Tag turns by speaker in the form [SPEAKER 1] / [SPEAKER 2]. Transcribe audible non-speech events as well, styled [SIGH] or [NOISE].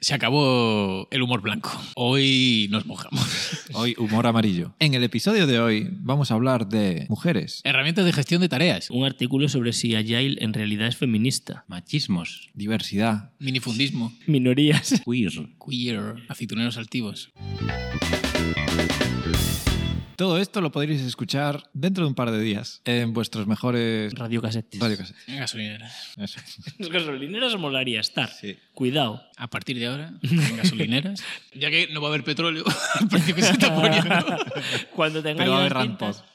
[SPEAKER 1] Se acabó el humor blanco. Hoy nos [LAUGHS] mojamos.
[SPEAKER 2] Hoy, humor amarillo. En el episodio de hoy vamos a hablar de mujeres,
[SPEAKER 1] Herramientas de gestión de tareas.
[SPEAKER 3] Un artículo sobre si Agile en realidad es feminista.
[SPEAKER 4] Machismos.
[SPEAKER 2] diversidad,
[SPEAKER 1] Minifundismo.
[SPEAKER 3] Minorías. [LAUGHS]
[SPEAKER 4] Queer.
[SPEAKER 1] Queer. Aceituneros altivos.
[SPEAKER 2] Todo esto lo podréis escuchar dentro de un par de días en vuestros mejores
[SPEAKER 3] Radio Casetes.
[SPEAKER 2] radiocassettes.
[SPEAKER 1] Gasolineras.
[SPEAKER 2] Eso.
[SPEAKER 3] Los gasolineros molaría estar.
[SPEAKER 2] Sí.
[SPEAKER 3] Cuidado.
[SPEAKER 2] [LAUGHS]
[SPEAKER 1] A partir de [LAUGHS] ahora, en gasolineras. [LAUGHS] Ya que no va a haber petróleo, al precio que se está poniendo.
[SPEAKER 3] Cuando tengáis
[SPEAKER 2] Pero va a haber
[SPEAKER 3] las cintas,
[SPEAKER 2] rampos.